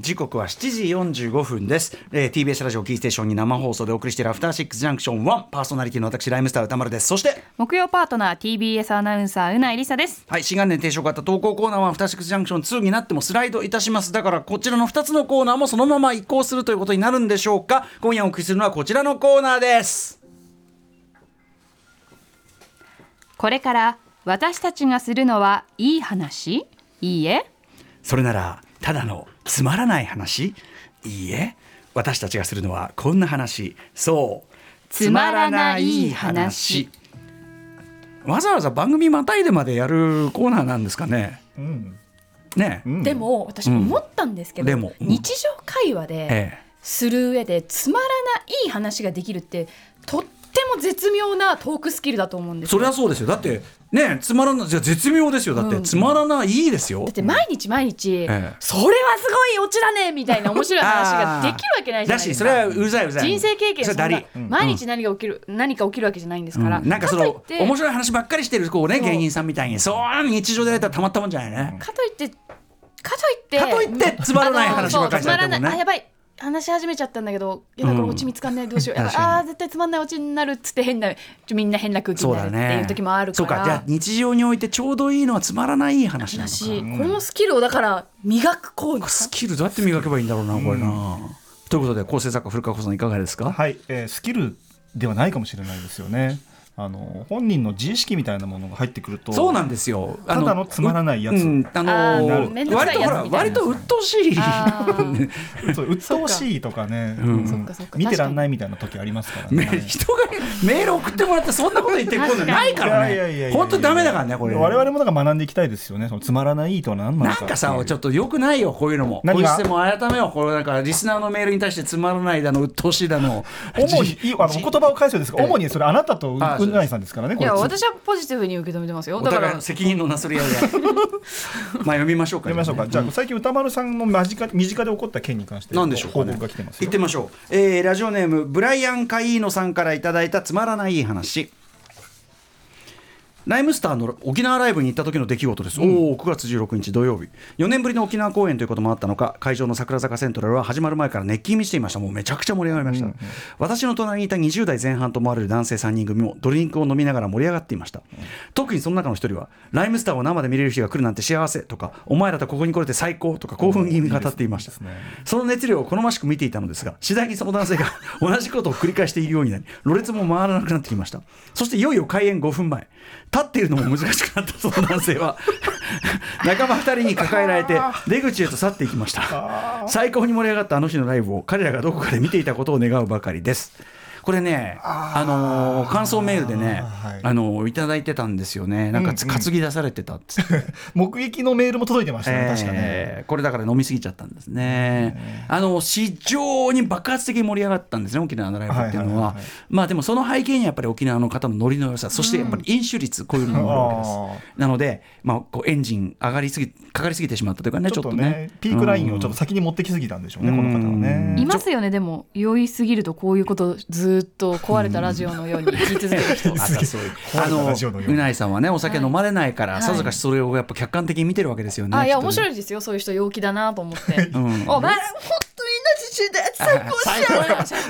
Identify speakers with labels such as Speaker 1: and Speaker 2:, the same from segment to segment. Speaker 1: 時刻は7時45分です、えー TBS ラジオキーステーションに生放送でお送りしているアフターシックスジャンクション1パーソナリティの私ライムスター歌丸ですそして
Speaker 2: 木曜パートナー TBS アナウンサーうないりさです
Speaker 1: はい、新元年提唱型投稿コーナーは、アフターシックスジャンクション2になってもスライドいたします。だから、こちらの2つのコーナーもそのまま移行するということになるんでしょうか。今夜お送りするのはこちらのコーナーです。
Speaker 2: これから私たちがするのはいい話いいえ
Speaker 1: それなら、ただのつまらない話いいえ、私たちがするのはこんな話。そう。
Speaker 2: つまらない話。
Speaker 1: わざわざ番組またいでまでやるコーナーなんですかね。ねえ。
Speaker 3: でも私思ったんですけど、
Speaker 1: でもうん
Speaker 3: 日常会話
Speaker 1: え
Speaker 3: で
Speaker 1: え
Speaker 3: する上でつまらない話ができるってとっても絶妙なトークスキルだと思うんです
Speaker 1: そ
Speaker 3: よ
Speaker 1: れはそうですよだってねつまらないじゃあ絶妙ですよだって、
Speaker 3: うん
Speaker 1: つまらないいいですよ
Speaker 3: だって毎日毎日、
Speaker 1: ええ
Speaker 3: それはすごいオチだねみたいな面白い話ができるわけないじゃ
Speaker 1: だ
Speaker 3: ないで
Speaker 1: し
Speaker 3: す
Speaker 1: それは
Speaker 3: か。
Speaker 1: うざいうざい
Speaker 3: 人生経験
Speaker 1: そ
Speaker 3: そ
Speaker 1: れ
Speaker 3: んな
Speaker 1: だり、うん
Speaker 3: 毎日何が起きる、何か起きるわけじゃないんですから、
Speaker 1: うんなんかそ
Speaker 3: といっ
Speaker 1: の
Speaker 3: て
Speaker 1: 面白い話ばっかりしてるこうね
Speaker 3: そう
Speaker 1: 芸人さんみたいにそう日常でやったらたまったもんじゃないね
Speaker 3: かといってかといって
Speaker 1: かといってつまらない
Speaker 3: あの
Speaker 1: 話
Speaker 3: そう
Speaker 1: ばっかり
Speaker 3: つ
Speaker 1: さ
Speaker 3: ま
Speaker 1: れて
Speaker 3: ら
Speaker 1: も
Speaker 3: ないあ
Speaker 1: ね
Speaker 3: やばい話し始めちゃったんだけどやばいこれオチ見つかんないどうしよう、やばい
Speaker 1: 確かに
Speaker 3: あー絶対つまんないオチになるっつって変なちょみんな変な空気
Speaker 1: そ
Speaker 3: に
Speaker 1: う
Speaker 3: なる
Speaker 1: だ
Speaker 3: って
Speaker 1: ね
Speaker 3: いう時もある
Speaker 1: そ
Speaker 3: か
Speaker 1: うからじゃあ日常においてちょうどいいのはつまらない話なの
Speaker 3: 私
Speaker 1: か
Speaker 3: このスキルをだから磨く行為で
Speaker 1: ス
Speaker 3: すか
Speaker 1: キルどうやって磨けばいいんだろうなこれなということで構成作家古川さんいかがですか
Speaker 4: はい、えースキルではないかもしれないですよね。あの本人の自意識みたいなものが入ってくると、
Speaker 1: そうなんですよ。あ
Speaker 4: ただのつまらないやつ
Speaker 1: うんあの
Speaker 3: あ
Speaker 4: ーめ
Speaker 3: んどくさ
Speaker 1: 割
Speaker 3: い
Speaker 1: と
Speaker 3: や
Speaker 1: ほ
Speaker 3: つ
Speaker 1: ら
Speaker 3: みたいな
Speaker 1: 割と鬱陶しい。
Speaker 3: あー
Speaker 4: そう鬱陶しいとかね、
Speaker 1: ん
Speaker 3: そ
Speaker 4: その
Speaker 3: っかそっか
Speaker 4: 見てらんないみたいな時ありますから
Speaker 1: め
Speaker 4: ね。
Speaker 1: 人がメール送ってもらってそんなこと言ってることないから
Speaker 4: いやいやいや
Speaker 1: ね。
Speaker 4: いや
Speaker 1: 本当ダメだからねこれ。
Speaker 4: 我々もなんか学んでいきたいですよね。そのつまらないとは何な
Speaker 1: な
Speaker 4: の
Speaker 1: ん
Speaker 4: か。
Speaker 1: かさちょ
Speaker 4: っ
Speaker 1: っと良くないよこういうのも。こう
Speaker 4: 何
Speaker 1: いう
Speaker 4: が
Speaker 1: 姿勢も改めようこれなんかリスナーのメールに対してつまらないだの鬱陶しいだの。
Speaker 4: と主にいあのお言葉を返すようですが、主にそれあなたとう
Speaker 1: あそう
Speaker 4: うないさんですからね。
Speaker 3: いや
Speaker 4: これ
Speaker 3: 私はポジティブに受け止めてますよ
Speaker 1: お
Speaker 3: だか
Speaker 1: 互い
Speaker 3: ら
Speaker 1: の責任のなすり合いで。 まあ読みましょうか。
Speaker 4: やりましょうか。じゃあ最近歌丸さんの間近身近で起こった件に関して
Speaker 1: なんでしょうか
Speaker 4: 報
Speaker 1: ね。
Speaker 4: 告が来てます
Speaker 1: 行っ
Speaker 4: よ。
Speaker 1: てみましょう。えーラジオネームブライアンカイーノさんからいただいたつまらない話。ライムスターの沖縄ライブに行った時の出来事です、おお9月16日土曜日4年ぶりの沖縄公演ということもあったのか会場の桜坂セントラルは始まる前から熱気に満ちていましたもうめちゃくちゃ盛り上がりました、私の隣にいた20代前半と思われる男性3人組もドリンクを飲みながら盛り上がっていました、特にその中の一人はライムスターを生で見れる日が来るなんて幸せとかお前らとここに来れて最高とか興奮気味に語っていました、
Speaker 4: ね
Speaker 1: その熱量を好ましく見ていたのですが次第にその男性が 同じことを繰り返しているようになりろれつも回らなくなってきましたそしていよいよ開演5分前立っているのも難しくなったその男性は 仲間2人に抱えられて出口へと去っていきました最高に盛り上がったあの日のライブを彼らがどこかで見ていたことを願うばかりですこれね、あのー感想メールでね、
Speaker 4: はい
Speaker 1: あのーいただいてたんですよね、なんか担ぎ出されてたっつって、
Speaker 4: 目撃のメールも届いてましたね。確かね。
Speaker 1: えーこれだから飲みすぎちゃったんですね、あの非常に爆発的に盛り上がったんですね沖縄のライブっていうのは,、
Speaker 4: はいはいはいはい
Speaker 1: まあでもその背景にはやっぱり沖縄の方のノリの良さそしてやっぱり飲酒率こういうのもあるわけです、なので、まあ、こうエンジン上がりすぎかかりすぎてしまったというかね
Speaker 4: ち
Speaker 1: ち
Speaker 4: ょ
Speaker 1: ょ
Speaker 4: っ
Speaker 1: っと
Speaker 4: とね
Speaker 1: ね、
Speaker 4: ピークラインをち
Speaker 1: う
Speaker 4: ょっ
Speaker 1: ん
Speaker 4: と先に持ってきすぎたんでしょうね、
Speaker 1: うん
Speaker 4: この方はね。
Speaker 3: いますよねでも酔いすぎるとこういうことずっと壊れたラジオのように聞い続ける人
Speaker 1: あそうあ
Speaker 4: 壊れた
Speaker 1: の
Speaker 4: ラジオのよう
Speaker 1: う
Speaker 4: に
Speaker 1: ないさんはねお酒飲まれないから、
Speaker 3: はい
Speaker 1: さぞかしそれをやっぱ客観的に見てるわけですよね。
Speaker 3: あいや
Speaker 1: きっと
Speaker 3: 面
Speaker 1: ね
Speaker 3: 白いですよそういう人陽気だなと思って
Speaker 1: うん
Speaker 3: お前本当に命死んだやつ最高しようよ 本当今日集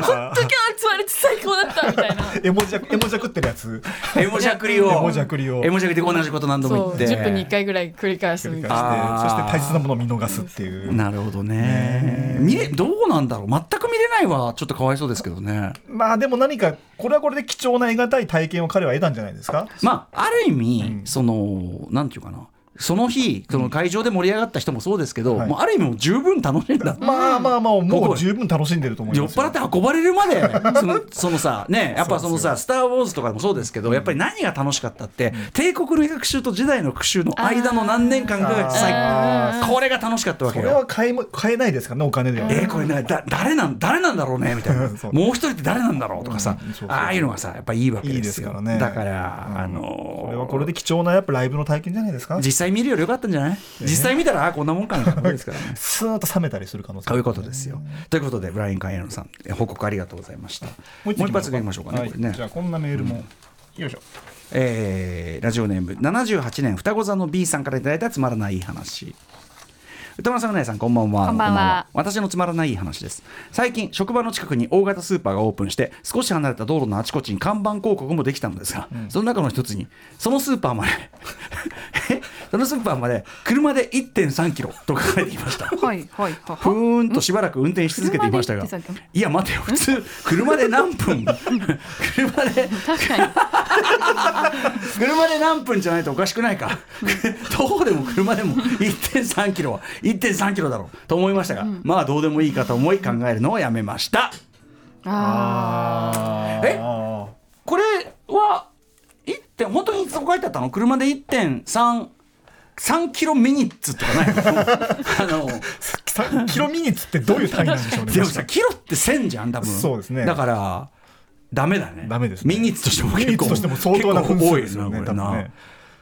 Speaker 3: まれて最高だったみたいな
Speaker 4: 絵文字じゃ絵文字じゃ食ってるやつ。
Speaker 1: エモジャクリを
Speaker 4: エモジャクリを
Speaker 1: エモジャクリで同じこと何度
Speaker 3: そ
Speaker 1: も
Speaker 3: う
Speaker 1: 言って
Speaker 3: 10分に1回ぐらい繰り返す
Speaker 4: 繰り
Speaker 3: みた
Speaker 4: 返
Speaker 3: い
Speaker 4: して
Speaker 3: な
Speaker 1: あー
Speaker 4: そして大切なものを見逃すっていう。
Speaker 1: なるほどね
Speaker 4: ね
Speaker 1: 見れどうなんだろう全く見れないはちょっとかわいそうですけどね
Speaker 4: まあでも何かこれはこれで貴重な得難い体験を彼は得たんじゃないですか。
Speaker 1: まあある意味、
Speaker 4: ん
Speaker 1: そのなんていうかなその日その会場で盛り上がった人もそうですけど、
Speaker 4: はい
Speaker 1: もうある意味もう十分楽しんだ、
Speaker 4: まあまあまあ
Speaker 1: こ
Speaker 4: も
Speaker 1: こ
Speaker 4: う十分楽しんでると思い
Speaker 1: 酔っ
Speaker 4: ますよ。
Speaker 1: 払って運ばれるまでそ のそのさねやっぱそのさ「スター・ウォーズ」とかもそうですけど、やっぱり何が楽しかったって、帝国の学習と時代の復習の間の何年間かが最
Speaker 4: あ
Speaker 1: これが楽しかったわ
Speaker 4: ー
Speaker 1: け
Speaker 4: それ
Speaker 1: よ。
Speaker 4: は買えも買えないですからねお金では。
Speaker 1: えーこれなだ誰なん誰なんだろうねみたいな
Speaker 4: そう
Speaker 1: もう一人って誰なんだろうとかさ、
Speaker 4: うんそうそう
Speaker 1: ああいうのがさやっぱいいわけですよ
Speaker 4: いいですからね
Speaker 1: だから、あのー
Speaker 4: これはこれで貴重なやっぱライブの体験じゃないですか。
Speaker 1: 実際見るよりよかったんじゃない、実際見たらあーこんなもんかみたい なことですからね
Speaker 4: スーッと冷めたりする可能性。
Speaker 1: そういうことですよ。ということでブライン・カイエロさんえ報告ありがとうございましたもう
Speaker 4: もう
Speaker 1: 一
Speaker 4: 一
Speaker 1: 発
Speaker 4: 発
Speaker 1: いき
Speaker 4: い
Speaker 1: ましょうかね、
Speaker 4: はい
Speaker 1: これね
Speaker 4: じゃあこんなメールも。よいしょ。
Speaker 1: えーラジオネーム78年双子座の B さんからいただいたつまらない話歌丸さん、うなえさん、こんばんは。
Speaker 2: こんばんは
Speaker 1: 私のつまらない話です。最近、職場の近くに大型スーパーがオープンして、少し離れた道路のあちこちに看板広告もできたのですが、その中の一つに、そのスーパーまで え、そのスーパーまで、車で1.3キロと書かれていました。
Speaker 2: はいはいは
Speaker 1: ふーんとしばらく運転し続けていましたが
Speaker 3: 車で行ってた、
Speaker 1: いや、待てよ、普通、車で何分、車で
Speaker 2: 確かに
Speaker 1: 車で何分じゃないとおかしくないか徒歩でも車でも1.3キロは1.3キロだろうと思いましたが、まあどうでもいいかと思い考えるのをやめました
Speaker 2: あ
Speaker 4: あ
Speaker 1: え
Speaker 4: あ
Speaker 1: これは1点本当にそこ書いてあったの車で1.3 3キロミニッツとかないの あの
Speaker 4: 3キロミニッツってどういう単位なんで しょうね
Speaker 1: でもさキロって1000じゃん多分
Speaker 4: そうですね
Speaker 1: だからダメだね
Speaker 4: ダメですね
Speaker 1: ミニッツとしても
Speaker 4: ミニ
Speaker 1: 結
Speaker 4: ッ
Speaker 1: 構
Speaker 4: ツとしても相当な
Speaker 1: 結
Speaker 4: 分
Speaker 1: 構多
Speaker 4: 数
Speaker 1: い
Speaker 4: ですよね
Speaker 1: なこれ
Speaker 4: 多
Speaker 1: な、
Speaker 4: 分ね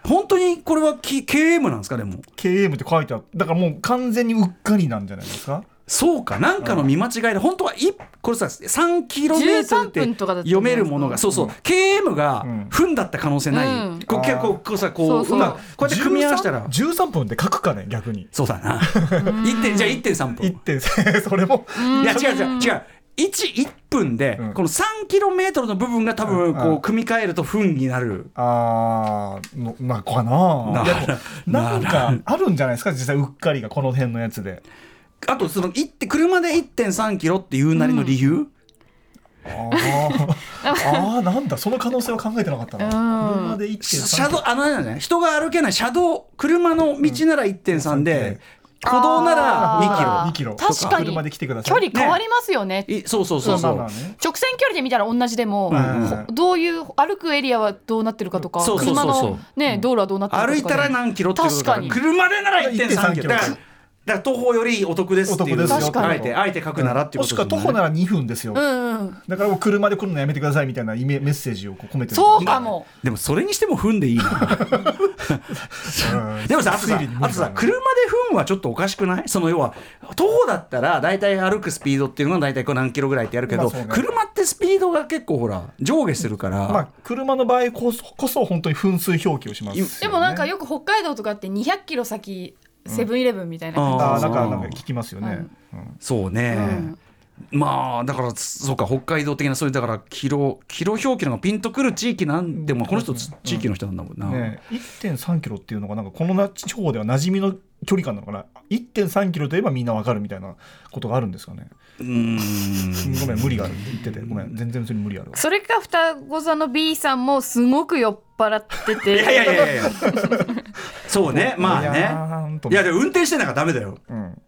Speaker 1: 本当にこれはき KM なんですかでも
Speaker 4: KM って書いてあるだからもう完全にうっかりなんじゃないですか
Speaker 1: そうか、なんかの見間違いで、本当はいこれさ、3キロメートルって
Speaker 2: 13分とかだったんじゃ
Speaker 1: 読
Speaker 2: ない
Speaker 1: めるものが、そうそう、KM が
Speaker 4: うん
Speaker 1: 分だった可能性ない、
Speaker 2: うん
Speaker 1: こう結構、こうさ、こ、
Speaker 2: そううそう
Speaker 1: うまくこうやって組み合わせたら、
Speaker 4: 13, 13分って書くかね逆に
Speaker 1: そうだ な、1点じゃあ1.3分。
Speaker 4: 1.3 それも
Speaker 1: いや、違う違う違う。1、1分で
Speaker 4: う、ん
Speaker 1: この3キロメートルの部分が多分、
Speaker 4: うん
Speaker 1: こ
Speaker 4: う
Speaker 1: う、
Speaker 4: ん
Speaker 1: 組み替えると分になる。
Speaker 4: あーのまあか
Speaker 1: な
Speaker 4: なでもなんかあるんじゃないですか実際うっかりがこの辺のやつで
Speaker 1: あと、その、いって車で1.3キロっていうなりの理由
Speaker 4: あーあーなんだその可能性は考えてなかったな車で
Speaker 1: し
Speaker 4: 1.3
Speaker 1: 車道、あ、なんだね、人が歩けない車道、車の道なら1.3で、歩道なら2キロ。
Speaker 4: 2キロ
Speaker 3: 確かに
Speaker 4: 車で来てくださ
Speaker 3: 距
Speaker 4: い
Speaker 3: 離変わりますよね
Speaker 1: いそうそうそう
Speaker 4: ま
Speaker 1: そ
Speaker 4: あ
Speaker 1: う
Speaker 4: まあ。ね
Speaker 3: 直線距離で見たら同じでも、
Speaker 1: うん
Speaker 4: うん
Speaker 3: どういう歩くエリアはどうなってるかとか、
Speaker 1: そうそうそうそう
Speaker 3: 車の、ね、道路はどうなってるかと
Speaker 1: 歩
Speaker 3: かで
Speaker 1: いたら何キロってことだから
Speaker 3: 確かに
Speaker 1: 車でなら1.3キロ
Speaker 4: 1.3
Speaker 1: だからだから徒歩よりお得ですってい
Speaker 4: お得
Speaker 1: う
Speaker 4: です
Speaker 3: よ確かに
Speaker 1: あえてあえて書くならっていう
Speaker 4: も
Speaker 1: こ
Speaker 4: し
Speaker 1: と
Speaker 4: くは徒歩な
Speaker 1: ら
Speaker 4: ら2分ですよ
Speaker 3: うんうん
Speaker 4: だからもう車で来るのやめてくださいみたいなイメメッセージをこう込めてる
Speaker 3: そうかも
Speaker 1: でもそれにしても踏んでいいな
Speaker 4: うん
Speaker 1: でもさあとさ
Speaker 4: 推理に
Speaker 1: あとさ車で踏んはちょっとおかしくないその要は徒歩だったら大体歩くスピードっていうのは大体こう何キロぐらいってやるけど、
Speaker 4: まあそうね
Speaker 1: 車ってスピードが結構ほら上下するから、
Speaker 4: まあ車の場合こそこそ本当に分数表記をしますよね
Speaker 3: でもなんかよく北海道とかって200キロ先セブンイレブンみたいな感じ、
Speaker 4: あーなんかなんか聞きますよね、うん
Speaker 1: そうね、まあだからそうか北海道的なそういうだからキロキロ表記のがピンとくる地域なんでもこの人つ地域の人なんだもんな、
Speaker 4: ねえ、1.3キロっていうのがなんかこのな地方では馴染みの距離感なのかな1.3キロといえばみんなわかるみたいなことがあるんですかね
Speaker 1: うーん
Speaker 4: ごめん無理があるって言っててごめん全然それ無理あるわ
Speaker 2: それか双子座の B さんもすごく酔っ払ってて
Speaker 1: いやいやいやいやそうねま
Speaker 4: いや
Speaker 1: あね
Speaker 4: ーんと
Speaker 1: いやでも運転してなんかダメだよ、
Speaker 4: うん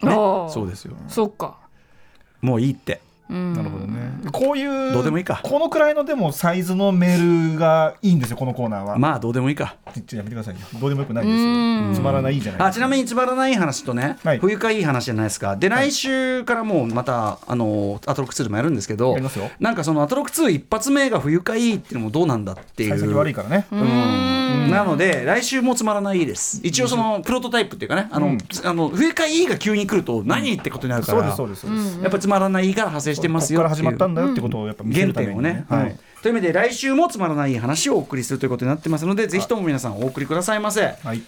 Speaker 1: ね
Speaker 2: ああ、
Speaker 1: そうですよ
Speaker 2: そうか、
Speaker 1: もういいって
Speaker 2: うん、
Speaker 4: なるほどねこういう
Speaker 1: どうでもいいか
Speaker 4: このくらいのでもサイズのメールがいいんですよこのコーナーは、
Speaker 1: まあどうでもいいか
Speaker 4: ちょっとやめてくださいよどうでもよくないです
Speaker 2: うん
Speaker 4: よつまらないじゃない
Speaker 1: あちなみにつまらない話とね、
Speaker 4: はい
Speaker 1: 冬かいい話じゃないですかで来週からもうまたあのアトロック2でもやるんですけど
Speaker 4: やりますよ
Speaker 1: なんかそのアトロック2一発目が冬かいいっていうのもどうなんだっていう
Speaker 4: 幸先悪いからね、
Speaker 1: うんなので来週もつまらないです一応そのプロトタイプっていうかねあの、
Speaker 4: うん
Speaker 1: つあの冬か E が急に来ると何ってことになるか
Speaker 4: そうで
Speaker 1: ら、
Speaker 4: すそうですそうです、
Speaker 1: やっぱつまらないから派生してますよ
Speaker 4: ここから
Speaker 1: って
Speaker 4: 始
Speaker 1: いう
Speaker 4: まったんだよってことをやっぱ見せ
Speaker 1: 原
Speaker 4: るため
Speaker 1: 点を
Speaker 4: に
Speaker 1: ね、
Speaker 4: は
Speaker 1: はいい、という意味で来週もつまらない話をお送りするということになってますのでぜひとも皆さんお送りくださいませはい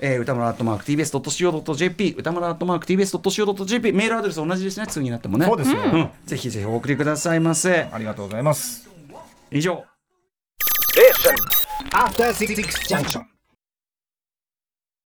Speaker 1: えー歌丸アットマーク TBS.CO.JP 歌丸アットマーク TBS.CO.JP メールアドレス同じですね通になってもね
Speaker 4: そうですよ
Speaker 1: んぜひぜひお送りくださいませ
Speaker 4: ありがとうございます
Speaker 1: 以上
Speaker 5: After Six Junction.